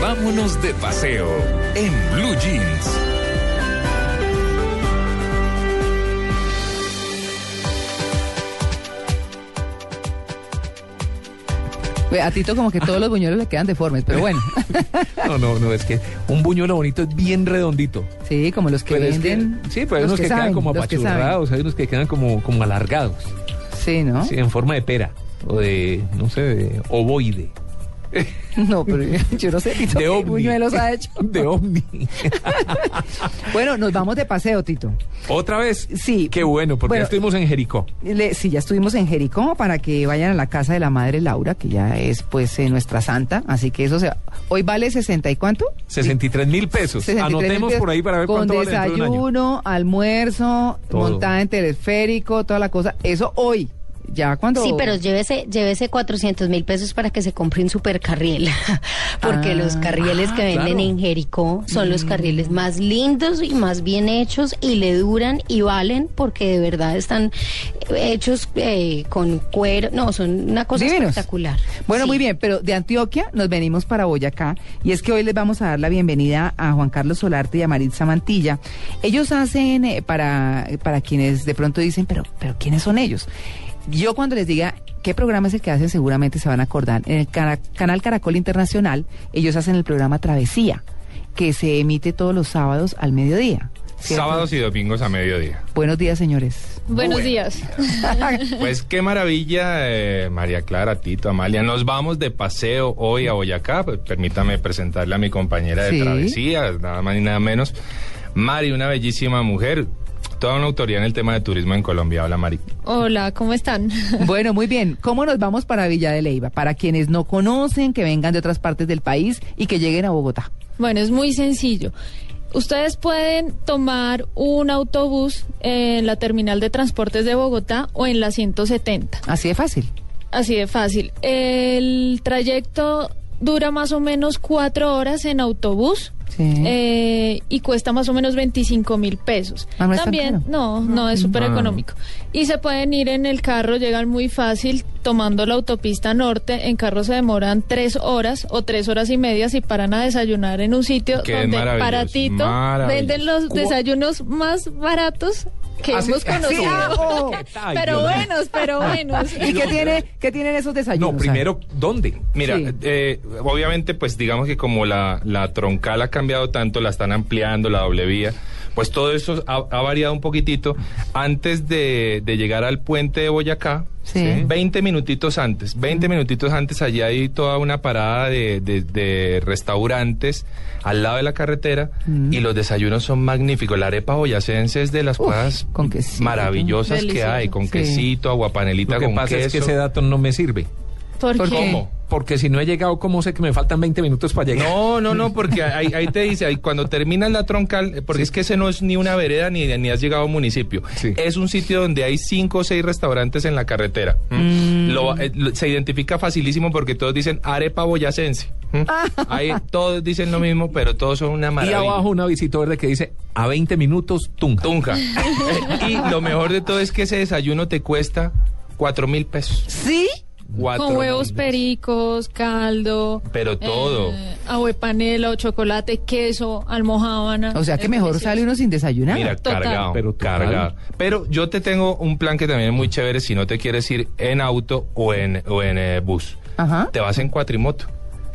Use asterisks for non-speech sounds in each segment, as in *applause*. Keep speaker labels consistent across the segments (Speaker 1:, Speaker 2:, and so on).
Speaker 1: Vámonos de paseo en Blue Jeans.
Speaker 2: A Tito como que todos los buñuelos le quedan deformes, pero
Speaker 3: *laughs*
Speaker 2: bueno. *laughs*
Speaker 3: No, no, no, es que un buñuelo bonito es bien redondito.
Speaker 2: Sí, como los que
Speaker 3: Pero Pues es que-
Speaker 2: venden.
Speaker 3: sí, pero hay
Speaker 2: los
Speaker 3: unos que,
Speaker 2: saben,
Speaker 3: quedan como
Speaker 2: los que saben.
Speaker 3: apachurrados, hay unos que quedan como, como alargados,
Speaker 2: Sí, ¿no?
Speaker 3: sí, en forma de pera o de, no sé, de ovoide,
Speaker 2: *laughs* No, pero *laughs* yo no sé Tito,
Speaker 3: de
Speaker 2: qué
Speaker 3: ovni.
Speaker 2: buñuelos
Speaker 3: *laughs*
Speaker 2: ha hecho.
Speaker 3: De ovni.
Speaker 2: Bueno, nos vamos de paseo, Tito.
Speaker 3: Otra vez.
Speaker 2: Sí.
Speaker 3: Qué bueno, porque
Speaker 2: Bueno.
Speaker 3: ya estuvimos en Jericó.
Speaker 2: Le- sí, ya estuvimos en Jericó para que vayan a la casa de la madre Laura, que ya es pues eh, nuestra santa. Así que eso se... Hoy vale 60 y cuánto?
Speaker 3: 63 mil pesos.
Speaker 2: 63 mil
Speaker 3: Anotemos
Speaker 2: pesos.
Speaker 3: por ahí para ver
Speaker 2: Con
Speaker 3: cuánto vale dentro de un año.
Speaker 2: desayuno, almuerzo,
Speaker 3: Todo.
Speaker 2: montada en teleférico, toda la cosa. Eso hoy. Ya cuando.
Speaker 4: Sí, pero llévese, llévese 400 mil pesos para que se compre un supercarriel. *laughs* Porque
Speaker 2: Ah. Mm.
Speaker 4: los carrieles que
Speaker 3: Ah,
Speaker 4: venden
Speaker 3: claro.
Speaker 4: en Jericó son los carriles más lindos y más bien hechos y le duran y valen porque de verdad están hechos eh, con cuero. No, son una cosa
Speaker 2: Divinos.
Speaker 4: espectacular.
Speaker 2: Bueno,
Speaker 4: Sí.
Speaker 2: muy bien, pero de Antioquia nos venimos para Boyacá y es que hoy les vamos a dar la bienvenida a Juan Carlos Solarte y a Maritza Mantilla. Ellos hacen, eh, para, para quienes de pronto dicen, pero, pero ¿quiénes son ellos? Yo cuando les diga qué programa es el que hacen, seguramente se van a acordar. En el cara- canal Caracol Internacional, ellos hacen el programa Travesía, que se emite todos los sábados al mediodía. ¿cierto?
Speaker 5: Sábados y domingos a mediodía.
Speaker 2: Buenos días, señores.
Speaker 6: Buenos
Speaker 5: Bueno.
Speaker 6: días.
Speaker 5: Pues qué maravilla, eh, María Clara, Tito, Amalia. Nos vamos de paseo hoy a Boyacá. Pues, permítame presentarle a mi compañera de
Speaker 2: Sí.
Speaker 5: travesías, nada más ni nada menos. Mari, una bellísima mujer, toda una autoridad en el tema de turismo en Colombia. Hola, Mari.
Speaker 6: Hola, ¿cómo están? *laughs*
Speaker 2: *laughs* Bueno, muy bien. ¿Cómo nos vamos para Villa de Leyva? Para quienes no conocen, que vengan de otras partes del país y que lleguen a Bogotá.
Speaker 6: Bueno, es muy sencillo. Ustedes pueden tomar un autobús en la terminal de transportes de Bogotá o en la 170.
Speaker 2: Así de fácil.
Speaker 6: Así de fácil. El trayecto dura más o menos cuatro horas en autobús.
Speaker 2: Sí.
Speaker 6: eh, y cuesta más o menos 25 mil pesos.
Speaker 2: Ah, no es tan
Speaker 6: También,
Speaker 2: caro. Mm.
Speaker 6: no, no es súper
Speaker 5: Ah.
Speaker 6: económico. Y se pueden ir en el carro, llegan muy fácil, tomando la autopista norte. En carro se demoran tres horas o tres horas y media si paran a desayunar en un sitio
Speaker 5: Qué
Speaker 6: donde
Speaker 5: maravilloso,
Speaker 6: para Tito
Speaker 5: maravilloso.
Speaker 6: venden los desayunos más baratos que
Speaker 3: Ah, *laughs* sí,
Speaker 6: hemos
Speaker 3: ah, sí,
Speaker 6: conocido.
Speaker 2: ah,
Speaker 3: oh.
Speaker 6: pero
Speaker 3: Ay,
Speaker 6: buenos, pero buenos.
Speaker 2: *laughs* ¿Y qué, tiene, qué tienen esos desayunos?
Speaker 3: No, primero, ¿dónde?
Speaker 5: Mira,
Speaker 2: Sí.
Speaker 5: eh, obviamente, pues digamos que como la, la troncal ha cambiado tanto, la están ampliando, la doble vía, pues todo eso ha, ha variado un poquitito. Antes de, de llegar al puente de Boyacá,
Speaker 2: Sí.
Speaker 5: ¿sí? 20 minutitos antes, 20 minutitos antes, allí hay toda una parada de, de- de restaurantes al lado de la carretera y los desayunos son magníficos. La arepa boyacense es de las
Speaker 2: Uf,
Speaker 5: cosas
Speaker 2: con quesito.
Speaker 5: maravillosas que hay,
Speaker 6: Delicioso.
Speaker 5: con
Speaker 2: Sí.
Speaker 5: quesito, aguapanelita
Speaker 3: Lo que
Speaker 5: con
Speaker 3: pasa
Speaker 5: queso.
Speaker 3: es que ese dato no me sirve.
Speaker 6: ¿Por
Speaker 2: ¿Por
Speaker 6: qué?
Speaker 2: qué?
Speaker 5: ¿Cómo?
Speaker 3: Porque si no he llegado, ¿cómo sé que me faltan 20 minutos para llegar?
Speaker 5: No, no, no, porque ahí, ahí te dice, ahí cuando terminas la troncal, eh, porque es que ese no es ni una vereda ni, ni has llegado a un municipio.
Speaker 3: Sí.
Speaker 5: Es un sitio donde hay cinco o seis restaurantes en la carretera.
Speaker 3: Mm.
Speaker 5: ¿m? Lo- eh, lo- se identifica facilísimo porque todos dicen arepa boyacense. ¿m? Ahí todos dicen lo mismo, pero todos son una
Speaker 3: Ah. Y
Speaker 5: maravilla.
Speaker 3: abajo una visita verde que dice a 20 minutos Tunja. *laughs*
Speaker 5: Tunja. y lo mejor de todo es que ese desayuno te cuesta cuatro mil pesos.
Speaker 2: ¿Sí?
Speaker 5: Cuatro
Speaker 6: Con huevos
Speaker 5: mil pesos.
Speaker 6: pericos, caldo.
Speaker 5: Pero todo.
Speaker 6: Eh, agüe panela o chocolate, queso, almohábana.
Speaker 2: O sea que
Speaker 6: Es
Speaker 2: mejor
Speaker 6: delicioso.
Speaker 2: sale uno sin desayunar.
Speaker 5: Mira,
Speaker 6: Total.
Speaker 5: cargado,
Speaker 3: Pero
Speaker 5: pero
Speaker 3: total.
Speaker 5: cargado. Pero yo te tengo un plan que también es muy chévere si no te quieres ir en auto o en, o en eh, bus.
Speaker 2: Ajá.
Speaker 5: Te vas en cuatrimoto.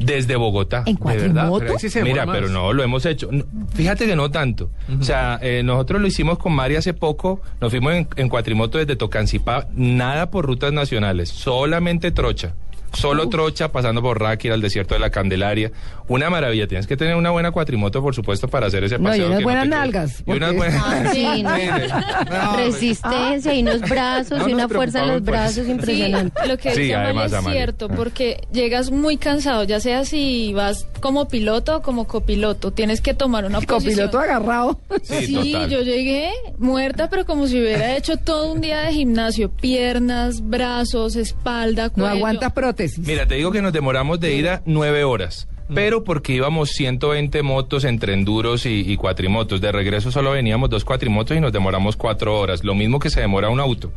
Speaker 5: Desde Bogotá.
Speaker 2: ¿En
Speaker 5: de verdad.
Speaker 2: cuatrimoto?
Speaker 3: Pero ahí sí se demora
Speaker 5: Mira,
Speaker 3: más.
Speaker 5: pero no, lo hemos hecho. No, Fíjate que no tanto. O sea, eh, nosotros lo hicimos con Mari hace poco. Nos fuimos en, en cuatrimoto desde Tocancipá, nada por rutas nacionales, solamente trocha. Solo trocha pasando por Ráquira, al desierto de la Candelaria. Una maravilla. Tienes que tener una buena cuatrimoto, por supuesto, para hacer ese
Speaker 2: No, y
Speaker 5: paseo.
Speaker 2: unas
Speaker 5: que
Speaker 2: buenas
Speaker 5: te-
Speaker 2: nalgas,
Speaker 5: Y unas
Speaker 2: porque- *laughs*
Speaker 5: buenas...
Speaker 4: Ah,
Speaker 5: *laughs*
Speaker 4: sí, no.
Speaker 5: Mire, no,
Speaker 4: Ah, Resistencia y unos brazos
Speaker 5: No
Speaker 4: y
Speaker 5: nos
Speaker 4: una fuerza en los
Speaker 2: pues.
Speaker 5: preocupamos
Speaker 4: brazos
Speaker 5: por eso.
Speaker 6: Sí,
Speaker 4: impresionante.
Speaker 6: lo que
Speaker 5: Sí,
Speaker 6: dice Amalia
Speaker 5: además,
Speaker 6: es
Speaker 5: Amalia.
Speaker 6: cierto,
Speaker 5: Ah.
Speaker 6: porque llegas muy cansado, ya sea si vas como piloto o como copiloto, tienes que tomar una posición.
Speaker 2: Copiloto agarrado.
Speaker 5: Sí,
Speaker 6: Sí,
Speaker 5: total.
Speaker 6: yo llegué muerta, pero como si hubiera hecho todo un día de gimnasio, piernas, brazos, espalda,
Speaker 2: No
Speaker 6: cuello.
Speaker 2: aguanta prótesis.
Speaker 5: Mira, te digo que nos demoramos de ida nueve horas. Pero porque íbamos 120 motos entre enduros y, y cuatrimotos. De regreso solo veníamos dos cuatrimotos y nos demoramos cuatro horas. Lo mismo que se demora un auto.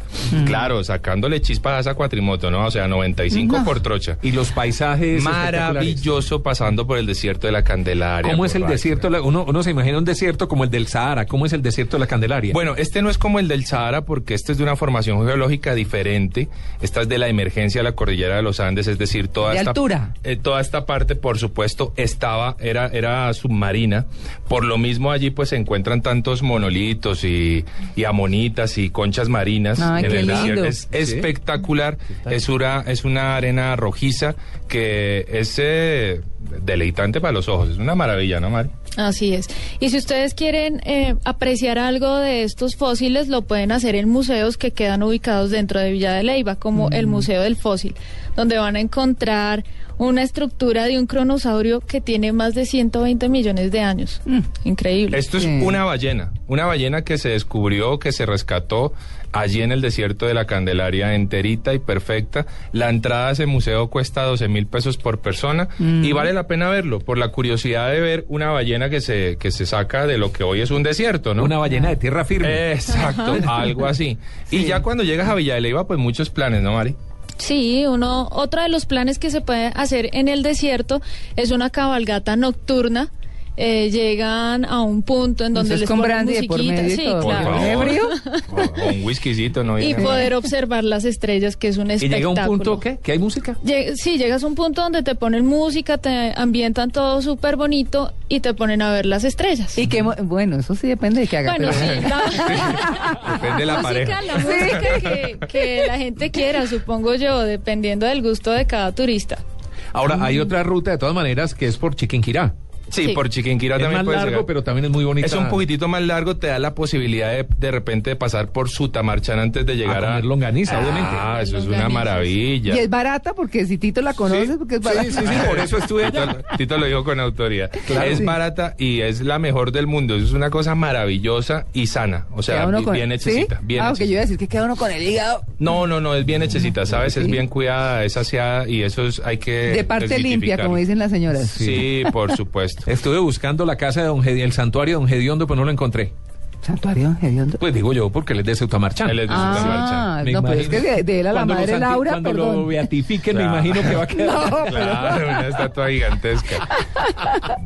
Speaker 5: Claro, sacándole chispas a esa cuatrimoto, ¿no? O sea, 95 por trocha.
Speaker 3: Y los paisajes. espectaculares.
Speaker 5: Maravilloso pasando por el desierto de la Candelaria.
Speaker 3: ¿Cómo
Speaker 5: por
Speaker 3: es el
Speaker 5: Ráquira.
Speaker 3: desierto? La- Uno, uno se imagina un desierto como el del Sahara. ¿Cómo es el desierto de la Candelaria?
Speaker 5: Bueno, este no es como el del Sahara porque este es de una formación geológica diferente. Esta es de la emergencia de la cordillera de los Andes, es decir, toda
Speaker 2: De
Speaker 5: esta
Speaker 2: altura.
Speaker 5: eh, toda esta parte, por supuesto, estaba era era submarina. Por lo mismo allí pues se encuentran tantos monolitos y, y amonitas y conchas marinas
Speaker 2: Ay, qué lindo.
Speaker 5: Es espectacular. Es una es una arena rojiza que es eh, deleitante para los ojos. Es una maravilla, ¿no, Mari?
Speaker 6: Así es. Y si ustedes quieren eh, apreciar algo de estos fósiles, lo pueden hacer en museos que quedan ubicados dentro de Villa de Leyva, como
Speaker 2: Mm.
Speaker 6: el Museo del Fósil, donde van a encontrar una estructura de un cronosaurio que tiene más de 120 millones de años.
Speaker 2: Mm.
Speaker 6: Increíble.
Speaker 5: Esto es
Speaker 2: Sí.
Speaker 5: una ballena, una ballena que se descubrió, que se rescató allí en el desierto de la Candelaria, enterita y perfecta. La entrada a ese museo cuesta 12 mil pesos por persona
Speaker 6: Mm.
Speaker 5: y vale la pena verlo por la curiosidad de ver una ballena que se, que se saca de lo que hoy es un desierto, ¿no? Eh.
Speaker 3: Una ballena de tierra firme.
Speaker 5: Exacto, algo
Speaker 6: *laughs*
Speaker 5: así. Y ya cuando llegas a Villa de Leyva, pues muchos planes, ¿no, Mari?
Speaker 6: Sí, uno, otro de los planes que se puede hacer en el desierto es una cabalgata nocturna. Eh, llegan a un punto en donde
Speaker 2: Entonces,
Speaker 6: les
Speaker 2: con
Speaker 6: ponen
Speaker 2: brandy de por
Speaker 6: musiquita,
Speaker 2: medio y
Speaker 6: sí,
Speaker 2: todo.
Speaker 5: Por
Speaker 6: claro.
Speaker 2: ¿Con
Speaker 5: favor.
Speaker 2: ebrio?
Speaker 5: Con- Con whiskycito, ¿no?
Speaker 6: y poder observar las estrellas, que es un
Speaker 3: Y
Speaker 6: espectáculo.
Speaker 3: llega un punto, ¿qué? ¿Que hay música?
Speaker 6: Lle- sí, llegas a un punto donde te ponen música, te ambientan todo súper bonito y te ponen a ver las estrellas.
Speaker 2: Y que, mo- bueno, eso sí depende de que haga.
Speaker 6: bueno,
Speaker 2: pero-
Speaker 6: sí, la,
Speaker 5: Depende de la
Speaker 6: *laughs* música,
Speaker 5: pareja.
Speaker 6: la música que, que la gente quiera, supongo yo, dependiendo del gusto de cada turista.
Speaker 3: Ahora, hay otra ruta, de todas maneras, que es por Chiquinquirá.
Speaker 5: Sí,
Speaker 6: Sí.
Speaker 5: por Chiquinquirá
Speaker 3: Es
Speaker 5: también
Speaker 3: más
Speaker 5: puedes
Speaker 3: largo,
Speaker 5: llegar.
Speaker 3: pero también es muy bonita.
Speaker 5: Es un poquitito más largo, te da la posibilidad de de repente de pasar por Sutamarchán antes de llegar
Speaker 3: A
Speaker 5: a,
Speaker 3: comer longaniza,
Speaker 5: Ah,
Speaker 3: obviamente.
Speaker 5: eso es
Speaker 6: Longaniza,
Speaker 5: una
Speaker 6: sí.
Speaker 5: maravilla.
Speaker 2: Y es barata porque si Tito la conoces, porque es barata.
Speaker 3: por eso estuve
Speaker 5: Tito, Tito lo dijo con autoridad. es
Speaker 2: Sí.
Speaker 5: barata y es la mejor del mundo. Eso es una cosa maravillosa y sana. O sea,
Speaker 2: Queda uno
Speaker 5: bi-
Speaker 2: con-
Speaker 5: bien
Speaker 2: ¿Sí?
Speaker 5: hechecita. bien
Speaker 2: ah, ok, yo
Speaker 5: hechecita.
Speaker 2: iba a decir que queda uno con el hígado.
Speaker 5: No, no, no, es bien hechecita, ¿sabes? Es bien cuidada, es aseada y eso Eh, es, hay que.
Speaker 2: De parte limpia,
Speaker 5: desmitificarlo.
Speaker 2: como dicen las señoras.
Speaker 5: Sí,
Speaker 3: *laughs*
Speaker 5: por supuesto.
Speaker 3: Estuve buscando la casa de Don Gedi- el santuario de Don Gediondo, pero no lo encontré.
Speaker 2: Santuario hediondo.
Speaker 3: Pues digo yo, porque él es de Ceuta Marchán.
Speaker 5: Él es de Ceuta
Speaker 2: Ah,
Speaker 5: Marchán.
Speaker 3: Me
Speaker 2: no, pero es
Speaker 3: imagino.
Speaker 2: que de, de él a la
Speaker 3: Cuando lo
Speaker 2: madre
Speaker 3: santi-
Speaker 2: Laura,
Speaker 3: cuando lo
Speaker 2: perdón.
Speaker 3: beatifiquen,
Speaker 5: Claro.
Speaker 3: me
Speaker 2: *laughs*
Speaker 3: imagino que va a quedar.
Speaker 5: Claro, una estatua gigantesca.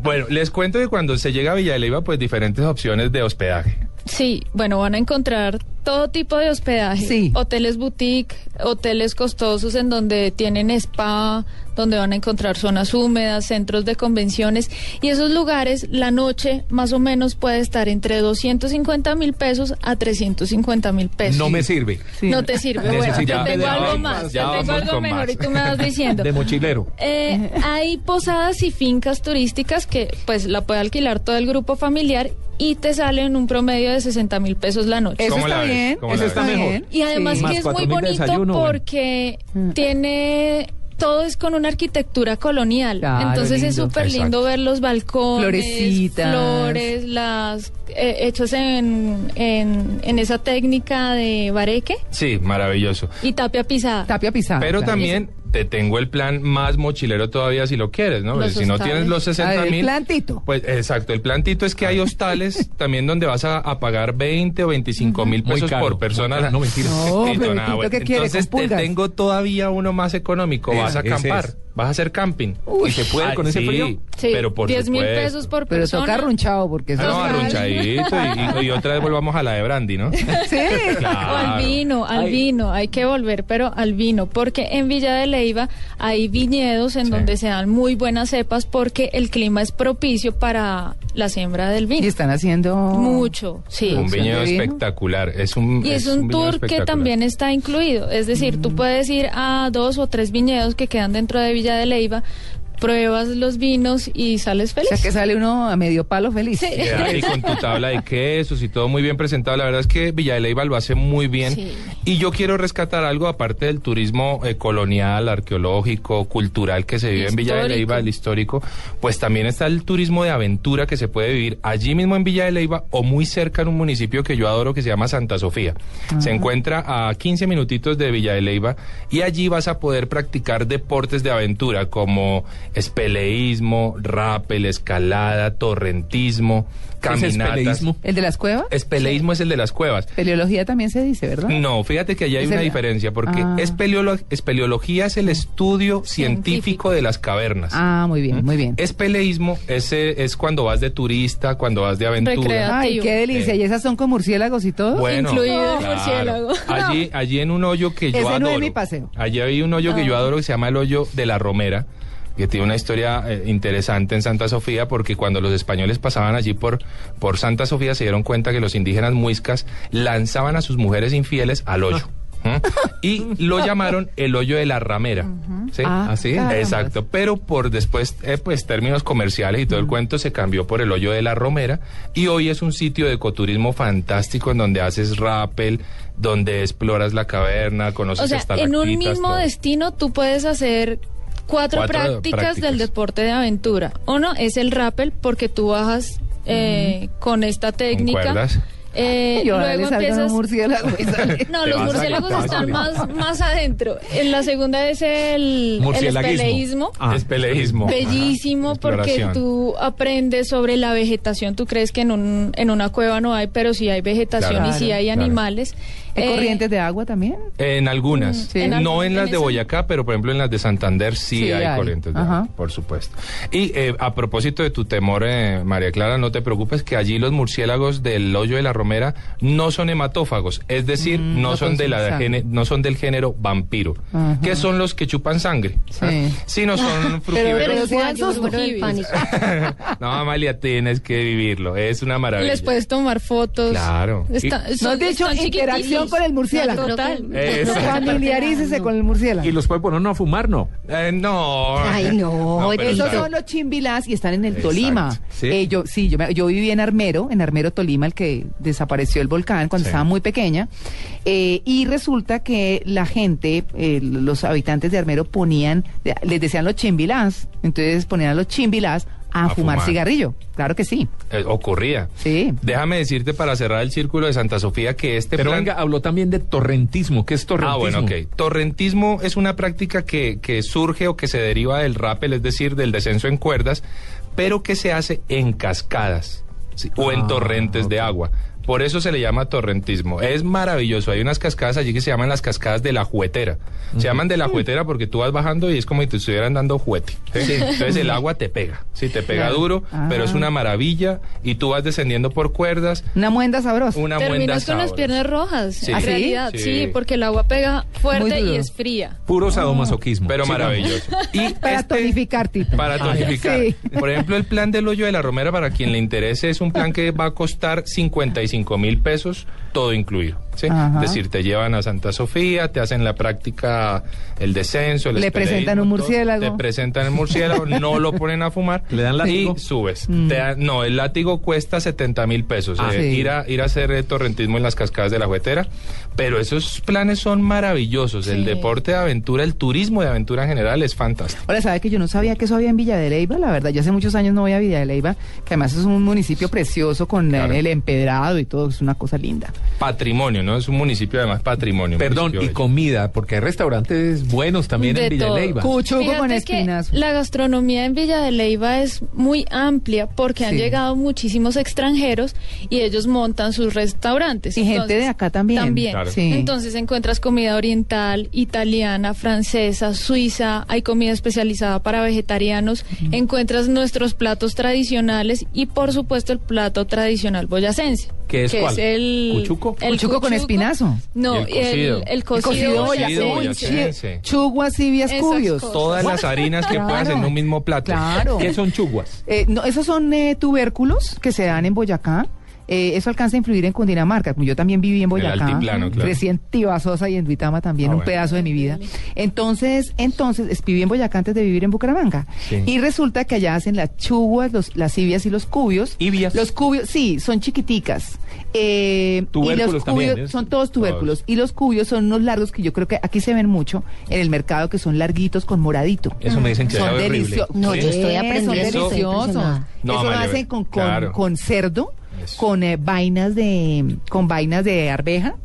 Speaker 5: Bueno, les cuento que cuando se llega a Villa de Leyva, pues diferentes opciones de hospedaje.
Speaker 6: Sí, bueno, van a encontrar todo tipo de hospedaje.
Speaker 2: Sí.
Speaker 6: Hoteles boutique, hoteles costosos en donde tienen spa, donde van a encontrar zonas húmedas, centros de convenciones. Y esos lugares, la noche más o menos puede estar entre 250 mil pesos a 350 mil pesos.
Speaker 3: No me sirve.
Speaker 2: pues Sí.
Speaker 6: No te sirve. Bueno, te
Speaker 3: Necesitamos-
Speaker 6: tengo
Speaker 3: Ya
Speaker 6: algo
Speaker 3: vamos,
Speaker 6: más, te
Speaker 5: ya
Speaker 6: tengo
Speaker 5: vamos
Speaker 6: algo
Speaker 5: con
Speaker 6: mejor
Speaker 5: más.
Speaker 6: y tú me vas diciendo.
Speaker 3: De mochilero.
Speaker 2: *laughs*
Speaker 6: Eh, hay posadas y fincas turísticas que pues la puede alquilar todo el grupo familiar y te salen un promedio de 60 mil pesos la noche.
Speaker 2: Eso
Speaker 5: ¿Cómo la
Speaker 2: está
Speaker 5: ves?
Speaker 2: bien.
Speaker 5: ¿Cómo
Speaker 3: la
Speaker 2: Eso
Speaker 3: ves?
Speaker 2: está
Speaker 3: Y
Speaker 2: bien.
Speaker 6: Y además
Speaker 2: sí.
Speaker 3: Más
Speaker 6: que es
Speaker 3: cuatro
Speaker 6: muy
Speaker 3: mil de
Speaker 6: bonito
Speaker 3: desayuno, bueno.
Speaker 6: porque
Speaker 2: Mm.
Speaker 6: tiene todo es con una arquitectura colonial.
Speaker 2: Claro,
Speaker 6: Entonces es
Speaker 2: lindo.
Speaker 6: súper lindo
Speaker 5: Exacto.
Speaker 6: ver los balcones,
Speaker 2: Florecitas.
Speaker 6: flores, las eh, hechas en, en, en esa técnica de bareque
Speaker 5: Sí, maravilloso.
Speaker 6: y tapia pisada.
Speaker 2: Tapia pisada.
Speaker 5: Pero
Speaker 2: claro.
Speaker 5: también te tengo el plan más mochilero todavía si lo quieres, ¿no?
Speaker 6: Los
Speaker 5: si no
Speaker 6: hostales.
Speaker 5: tienes los
Speaker 2: A
Speaker 5: 60
Speaker 2: ver, el
Speaker 5: mil...
Speaker 2: plantito.
Speaker 5: Pues exacto, el plantito es que
Speaker 2: *laughs*
Speaker 5: hay hostales también donde vas a, a pagar 20 o 25 mil
Speaker 3: Muy
Speaker 5: pesos
Speaker 3: caro,
Speaker 5: por persona.
Speaker 3: muy caro, no, mentira.
Speaker 2: No,
Speaker 5: *laughs* Tito,
Speaker 2: pero
Speaker 5: nada,
Speaker 2: Tito,
Speaker 5: bueno.
Speaker 2: ¿qué quiere,
Speaker 5: Entonces
Speaker 2: con
Speaker 5: te
Speaker 2: pulgas?
Speaker 5: tengo todavía uno más económico, vas
Speaker 3: Esa,
Speaker 5: a
Speaker 3: ese
Speaker 5: acampar.
Speaker 3: es. Ah,
Speaker 5: vas a hacer camping.
Speaker 3: Uy, ¿se puede con ese
Speaker 5: sí,
Speaker 3: frío?
Speaker 6: Sí,
Speaker 5: pero por
Speaker 6: 10 mil
Speaker 5: supuesto.
Speaker 6: pesos por
Speaker 2: Pero
Speaker 6: persona.
Speaker 2: toca runchado porque eso
Speaker 5: Ah, no,
Speaker 2: es-
Speaker 5: arrunchadito. Y, y- y otra vez volvamos a la de Brandy,
Speaker 6: *laughs*
Speaker 2: *laughs*
Speaker 5: ¿no?
Speaker 2: Sí.
Speaker 6: O al vino, al vino, hay que volver, pero al vino, porque en Villa de Leiva hay viñedos en
Speaker 5: Sí.
Speaker 6: donde se dan muy buenas cepas porque el clima es propicio para la siembra del
Speaker 2: Y
Speaker 6: vino.
Speaker 2: están haciendo...
Speaker 6: Mucho, sí.
Speaker 5: Un
Speaker 2: Producción
Speaker 5: viñedo
Speaker 2: de vino.
Speaker 5: espectacular. Es un,
Speaker 6: Y es, un
Speaker 5: viñedo
Speaker 6: tour que
Speaker 5: espectacular.
Speaker 6: también está incluido. Es decir, tú puedes ir a dos o tres viñedos que quedan dentro de Villa de Leiva, pruebas los vinos y sales
Speaker 2: O
Speaker 6: feliz.
Speaker 2: sea que sale uno a medio palo feliz.
Speaker 5: Ya, ah, Y con tu tabla de quesos y todo muy bien presentado. La verdad es que Villa de Leyva lo hace muy bien.
Speaker 6: Sí.
Speaker 5: Y yo quiero rescatar algo aparte del turismo eh, colonial, arqueológico, cultural que se vive en Villa de
Speaker 6: Histórico.
Speaker 5: Leyva, el histórico. Pues también está el turismo de aventura que se puede vivir allí mismo en Villa de Leyva o muy cerca en un municipio que yo adoro que se llama Santa Sofía. Se encuentra a 15 minutitos de Villa de Leyva y allí vas a poder practicar deportes de aventura como espeleísmo, rappel, escalada, torrentismo,
Speaker 3: ¿Qué es
Speaker 5: caminatas.
Speaker 3: espeleísmo?
Speaker 2: ¿El de las cuevas?
Speaker 5: Espeleísmo es el de las cuevas.
Speaker 2: Peleología también se dice, ¿verdad?
Speaker 5: No, fíjate que allí hay
Speaker 2: ¿Ah? Es
Speaker 5: una
Speaker 2: el-
Speaker 5: diferencia, porque
Speaker 2: Ah.
Speaker 5: espeleolo- espeleología es el estudio científico
Speaker 6: Científico.
Speaker 5: de las cavernas.
Speaker 2: Ah, muy bien, muy bien.
Speaker 5: Espeleísmo ese es cuando vas de turista, cuando vas de aventura.
Speaker 6: Recrea-
Speaker 2: Ay, qué delicia.
Speaker 5: Eh.
Speaker 2: ¿Y esas son con murciélagos y todo?
Speaker 5: Bueno,
Speaker 6: Incluido
Speaker 2: *laughs*
Speaker 6: el murciélago.
Speaker 5: Allí, allí en un hoyo que yo
Speaker 2: Ese no es
Speaker 5: adoro.
Speaker 2: mi paseo.
Speaker 5: Allí había un hoyo que yo adoro que se llama el hoyo de la Romera, que tiene una historia eh, interesante en Santa Sofía porque cuando los españoles pasaban allí por, por Santa Sofía se dieron cuenta que los indígenas muiscas lanzaban a sus mujeres infieles al hoyo.
Speaker 2: Ah.
Speaker 5: ¿Mm? Y
Speaker 2: *laughs*
Speaker 5: lo llamaron el hoyo de la ramera. ¿Sí?
Speaker 2: Ah, Así es. caramba.
Speaker 5: Exacto. Pero por después, eh, pues términos comerciales y todo el cuento se cambió por el hoyo de la Romera y hoy es un sitio de ecoturismo fantástico en donde haces rappel, donde exploras la caverna, conoces
Speaker 6: O sea, en un
Speaker 5: estalactitas,
Speaker 6: mismo
Speaker 5: todo.
Speaker 6: destino tú puedes hacer cuatro,
Speaker 5: Cuatro
Speaker 6: prácticas,
Speaker 5: prácticas.
Speaker 6: del deporte de aventura. Uno es el rappel porque tú bajas eh, con esta técnica.
Speaker 5: Mm. cuerdas.
Speaker 6: Eh,
Speaker 2: Y ahora
Speaker 6: luego
Speaker 2: le salga
Speaker 6: empiezas...
Speaker 2: un murciélago
Speaker 6: *laughs*
Speaker 2: y sale.
Speaker 6: No,
Speaker 5: Te
Speaker 6: los
Speaker 5: vas a-
Speaker 6: murciélagos
Speaker 5: te vas a
Speaker 6: están
Speaker 5: morir.
Speaker 6: más, más adentro. En la segunda es el, el
Speaker 3: Murciélaguismo.
Speaker 6: espeleísmo.
Speaker 3: Ah.
Speaker 5: es peleísmo.
Speaker 6: Bellísimo
Speaker 5: Ajá.
Speaker 6: porque
Speaker 5: Exploración.
Speaker 6: tú aprendes sobre la vegetación. Tú crees que en, un, en una cueva no hay, pero sí hay vegetación
Speaker 5: Claro.
Speaker 6: y sí hay
Speaker 5: Claro.
Speaker 6: animales.
Speaker 2: ¿Hay
Speaker 6: Eh,
Speaker 2: corrientes de agua también?
Speaker 5: En algunas,
Speaker 2: Sí. en
Speaker 5: no
Speaker 6: algunas,
Speaker 5: en las
Speaker 6: en
Speaker 5: de
Speaker 6: esa-
Speaker 5: Boyacá, pero por ejemplo en las de Santander sí,
Speaker 2: Sí,
Speaker 5: hay,
Speaker 2: hay.
Speaker 5: corrientes de
Speaker 2: Ajá.
Speaker 5: agua, por supuesto. Y eh, a propósito de tu temor, eh, María Clara, no te preocupes que allí los murciélagos del hoyo de la Romera no son hematófagos, es decir,
Speaker 2: Mm,
Speaker 5: no,
Speaker 2: no
Speaker 5: son de la
Speaker 2: consumen sangre.
Speaker 5: gene- no son del género vampiro,
Speaker 2: Ajá.
Speaker 5: que son los que chupan sangre,
Speaker 2: Sí.
Speaker 5: ¿ah? sino son
Speaker 2: Pero,
Speaker 5: frutíferos.
Speaker 2: pero si dan
Speaker 4: Yo
Speaker 2: susto.
Speaker 4: muero del pánico.
Speaker 2: *laughs*
Speaker 5: *laughs* no, Amalia, tienes que vivirlo, es una maravilla.
Speaker 6: Les puedes tomar fotos.
Speaker 5: Claro.
Speaker 6: Está-
Speaker 2: No
Speaker 6: son-
Speaker 2: has dicho
Speaker 6: están
Speaker 2: interacción
Speaker 6: chiquititos.
Speaker 2: con el murciélago.
Speaker 4: Yo creo que-
Speaker 6: Total.
Speaker 4: yo creo que-
Speaker 2: Familiarícese con el murciélago.
Speaker 3: Y los puede poner uno a fumar, ¿no.
Speaker 5: Eh, no.
Speaker 4: Ay, no,
Speaker 5: pero
Speaker 4: Eso
Speaker 2: Esos
Speaker 5: está-
Speaker 2: son los chimbilás y están en el
Speaker 5: Exacto.
Speaker 2: Tolima.
Speaker 3: Sí.
Speaker 2: Eh, yo, sí, yo, me- yo viví en Armero, en Armero Tolima, el que desapareció el volcán cuando
Speaker 5: Sí.
Speaker 2: estaba muy pequeña. Eh, y resulta que la gente, eh, los habitantes de Armero ponían, les decían los chimbilás, entonces ponían a los chimbilás a,
Speaker 5: A
Speaker 2: fumar,
Speaker 5: fumar.
Speaker 2: cigarrillo. Claro que sí.
Speaker 5: Eh, ocurría.
Speaker 2: Sí.
Speaker 5: Déjame decirte para cerrar el círculo de Santa Sofía que este
Speaker 3: Pero
Speaker 5: plan...
Speaker 3: venga, habló también de torrentismo. ¿Qué es torrentismo?
Speaker 5: Ah, bueno, ok. Torrentismo es una práctica que, que surge o que se deriva del rappel, es decir, del descenso en cuerdas, pero que se hace en cascadas ¿sí? o en
Speaker 3: Ah,
Speaker 5: torrentes de
Speaker 3: ok.
Speaker 5: agua. Por eso se le llama torrentismo. Es maravilloso. Hay unas cascadas allí que se llaman las cascadas de la juguetera. Se llaman de la juguetera porque tú vas bajando y es como si te estuvieran dando juguete. ¿sí? Entonces el agua te pega. Sí, te pega
Speaker 2: Claro.
Speaker 5: duro, pero es
Speaker 2: Ah.
Speaker 5: una maravilla y tú vas descendiendo por cuerdas.
Speaker 2: Una muenda sabrosa.
Speaker 5: Una muenda
Speaker 6: Terminas con las
Speaker 5: sabrosa.
Speaker 6: piernas rojas,
Speaker 5: Sí.
Speaker 2: ¿Ah,
Speaker 6: en
Speaker 2: sí?
Speaker 6: realidad, sí?
Speaker 5: Sí.
Speaker 6: porque el agua pega fuerte
Speaker 2: Muy duro.
Speaker 6: y es fría.
Speaker 3: Puro sadomasoquismo.
Speaker 5: Pero
Speaker 3: Sigamos.
Speaker 5: maravilloso. Y
Speaker 2: para
Speaker 5: este-
Speaker 2: tonificar, Tito.
Speaker 5: Para tonificar.
Speaker 2: Sí.
Speaker 5: Por ejemplo, el plan del hoyo de la Romera, para quien le interese, es un plan que va a costar 55 mil pesos, todo incluido. ¿sí?
Speaker 2: Ajá.
Speaker 5: Es decir, te llevan a Santa Sofía, te hacen la práctica, el descenso, el
Speaker 2: Le
Speaker 5: espeleísmo,
Speaker 2: presentan un
Speaker 5: todo.
Speaker 2: murciélago.
Speaker 5: Te presentan el
Speaker 2: *laughs*
Speaker 5: murciélago, no lo ponen a fumar.
Speaker 3: ¿Le dan látigo?
Speaker 5: Y subes. Te dan- no, el látigo cuesta 70 mil pesos.
Speaker 3: Ah,
Speaker 2: Mm.
Speaker 5: eh,
Speaker 2: sí.
Speaker 5: ir, a, ir a hacer eh, torrentismo en las cascadas de la juguetera. Pero esos planes son maravillosos. El
Speaker 6: Sí.
Speaker 5: deporte de aventura, el turismo de aventura en general es fantástico.
Speaker 2: Ahora, sabe que yo no sabía que eso había en Villa de Leyva, la verdad. Yo hace muchos años no voy a Villa de Leyva, que además es un municipio precioso con eh,
Speaker 5: Claro.
Speaker 2: el empedrado y todo, es una cosa linda.
Speaker 5: patrimonio ¿no? Es un municipio además patrimonio.
Speaker 3: Perdón,
Speaker 5: municipio
Speaker 3: y
Speaker 5: bello.
Speaker 3: comida, porque hay restaurantes buenos también
Speaker 6: De
Speaker 3: en Villa
Speaker 6: todo.
Speaker 3: Leyva.
Speaker 2: Cuchuco con
Speaker 6: Fíjate que
Speaker 2: espinazo.
Speaker 6: la gastronomía en Villa de Leiva es muy amplia porque han
Speaker 2: Sí.
Speaker 6: llegado muchísimos extranjeros y ellos montan sus restaurantes.
Speaker 2: Y gente de acá también.
Speaker 6: También.
Speaker 5: Claro.
Speaker 2: Sí.
Speaker 6: Entonces encuentras comida oriental, italiana, francesa, suiza, hay comida especializada para vegetarianos, encuentras nuestros platos tradicionales y por supuesto el plato tradicional boyacense.
Speaker 3: ¿Qué es cuál?
Speaker 6: el
Speaker 3: ¿Cuchuco?
Speaker 6: el
Speaker 2: ¿Cuchuco con espinazo?
Speaker 5: Y
Speaker 6: No,
Speaker 5: el cocido.
Speaker 6: el, el
Speaker 2: El
Speaker 6: cocido
Speaker 5: boyacense.
Speaker 2: boyacense.
Speaker 6: boyacense.
Speaker 5: boyacense.
Speaker 2: Chuguas y
Speaker 6: Esas
Speaker 2: cubios.
Speaker 6: cosas.
Speaker 5: Todas las harinas que
Speaker 2: Claro.
Speaker 5: puedas en un mismo plato.
Speaker 2: Claro.
Speaker 3: ¿Qué son chuguas?
Speaker 2: Eh, no, esos son eh, tubérculos que se dan en Boyacá. Eh, eso alcanza a influir en Cundinamarca, como yo también viví en Boyacá.
Speaker 5: altiplano, claro.
Speaker 2: Crecí en Tibasosa y en Duitama también,
Speaker 5: Ah,
Speaker 2: un
Speaker 5: bueno.
Speaker 2: pedazo de mi vida. Entonces, entonces es- viví en Boyacá antes de vivir en Bucaramanga.
Speaker 3: Sí.
Speaker 2: Y resulta que allá hacen las chuguas, los, las ibias y los cubios.
Speaker 3: Ibias.
Speaker 2: Los cubios, sí, son chiquiticas. Eh, y los
Speaker 3: Tubérculos también,
Speaker 2: cubios
Speaker 3: ¿eh?
Speaker 2: son todos tubérculos. Y los cubios son unos largos que yo creo que aquí se ven mucho en el mercado, que son larguitos con moradito.
Speaker 3: Eso me dicen que
Speaker 2: Son
Speaker 3: sabe horrible.
Speaker 2: deliciosos.
Speaker 4: No, yo estoy aprendiendo,
Speaker 2: Son
Speaker 4: estoy
Speaker 2: deliciosos.
Speaker 4: impresionada.
Speaker 5: No,
Speaker 2: Eso lo
Speaker 5: Amalia,
Speaker 2: hacen con, con,
Speaker 5: claro.
Speaker 2: con cerdo,
Speaker 5: Eso.
Speaker 2: con eh, vainas de con vainas de arveja.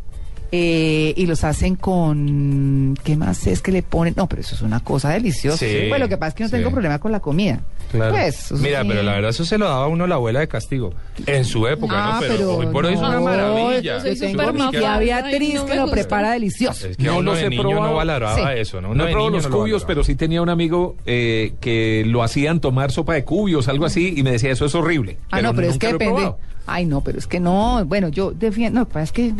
Speaker 2: eh, y los hacen con qué más es que le ponen no pero eso es una cosa deliciosa
Speaker 5: Sí,
Speaker 2: pues lo que pasa es que no
Speaker 5: sí.
Speaker 2: tengo problema con la comida
Speaker 5: Claro.
Speaker 2: pues eso
Speaker 5: Mira,
Speaker 2: sí.
Speaker 5: pero la verdad eso se lo daba a uno la abuela de castigo. En su época,
Speaker 2: Ah,
Speaker 5: ¿no? Pero,
Speaker 2: pero
Speaker 5: hoy por hoy es una
Speaker 2: no,
Speaker 5: maravilla.
Speaker 6: yo soy
Speaker 2: yo
Speaker 5: Eso es
Speaker 2: tengo
Speaker 6: súper
Speaker 2: mi
Speaker 5: porque-
Speaker 2: tía
Speaker 6: mafiada.
Speaker 2: Beatriz
Speaker 6: Ay, no
Speaker 2: que
Speaker 6: me
Speaker 2: lo
Speaker 6: gusta.
Speaker 2: prepara delicioso
Speaker 5: Es que
Speaker 3: No
Speaker 5: uno
Speaker 3: los
Speaker 5: de
Speaker 3: he
Speaker 5: niño no
Speaker 3: probado.
Speaker 5: valoraba
Speaker 2: Sí.
Speaker 5: eso, ¿no?
Speaker 3: No,
Speaker 5: Uno
Speaker 3: he
Speaker 5: de
Speaker 3: probado
Speaker 5: niño
Speaker 3: los
Speaker 5: no lo
Speaker 3: cubios,
Speaker 5: valoraba.
Speaker 3: pero sí tenía un amigo eh, que lo hacían tomar sopa de cubios, algo así, y me decía, eso es horrible.
Speaker 2: ah no pero es
Speaker 3: nunca
Speaker 2: que
Speaker 3: lo he
Speaker 2: depende
Speaker 3: probado.
Speaker 2: ay no pero es que no bueno yo defiendo no pues es que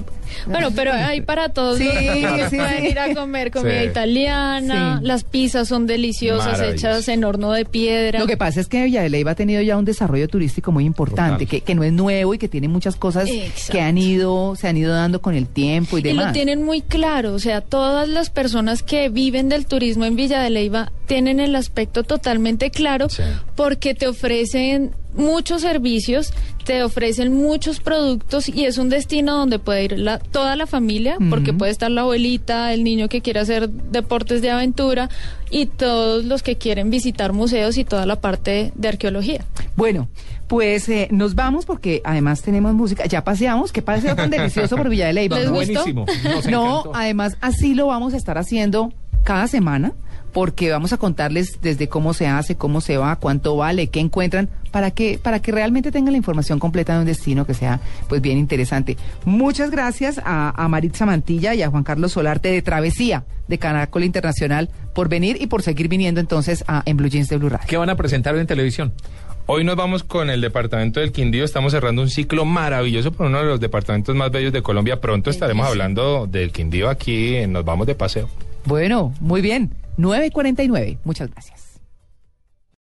Speaker 6: Bueno, pero hay para todos.
Speaker 2: Sí,
Speaker 6: los gustos.
Speaker 2: sí,
Speaker 6: Pueden
Speaker 2: sí.
Speaker 6: ir a comer comida
Speaker 5: Sí.
Speaker 6: italiana.
Speaker 2: Sí.
Speaker 6: Las pizzas son deliciosas,
Speaker 5: Maravilloso.
Speaker 6: hechas en horno de piedra.
Speaker 2: Lo que pasa es que Villa de Leyva ha tenido ya un desarrollo turístico muy importante,
Speaker 5: Total.
Speaker 2: que, que no es nuevo y que tiene muchas cosas
Speaker 6: Exacto.
Speaker 2: que han ido, se han ido dando con el tiempo y
Speaker 6: y
Speaker 2: demás.
Speaker 6: lo tienen muy claro, o sea, todas las personas que viven del turismo en Villa de Leyva tienen el aspecto totalmente claro
Speaker 5: Sí.
Speaker 6: porque te ofrecen muchos servicios, te ofrecen muchos productos y es un destino donde puede ir la- toda la familia, porque
Speaker 2: Ujú.
Speaker 6: puede estar la abuelita, el niño que quiere hacer deportes de aventura y todos los que quieren visitar museos y toda la parte de arqueología.
Speaker 2: Bueno, pues eh, nos vamos porque además tenemos música. Ya paseamos, qué paseo tan delicioso por Villa de Leyva.
Speaker 6: ¿Les
Speaker 2: ¿no?
Speaker 6: gustó?
Speaker 3: Buenísimo. nos
Speaker 2: No,
Speaker 3: encantó.
Speaker 2: además así lo vamos a estar haciendo cada semana porque vamos a contarles desde cómo se hace, cómo se va, cuánto vale, qué encuentran, para que, para que realmente tengan la información completa de un destino que sea pues bien interesante. Muchas gracias a, a Maritza Mantilla y a Juan Carlos Solarte de Travesía de Caracol Internacional por venir y por seguir viniendo entonces a, en Blue Jeans de Blue Radio.
Speaker 3: ¿Qué van a presentar en televisión?
Speaker 5: Hoy nos vamos con el departamento del Quindío. Estamos cerrando un ciclo maravilloso por uno de los departamentos más bellos de Colombia. Pronto estaremos hablando del Quindío aquí en Nos Vamos de Paseo.
Speaker 2: Bueno, muy bien. 9.49. Muchas gracias.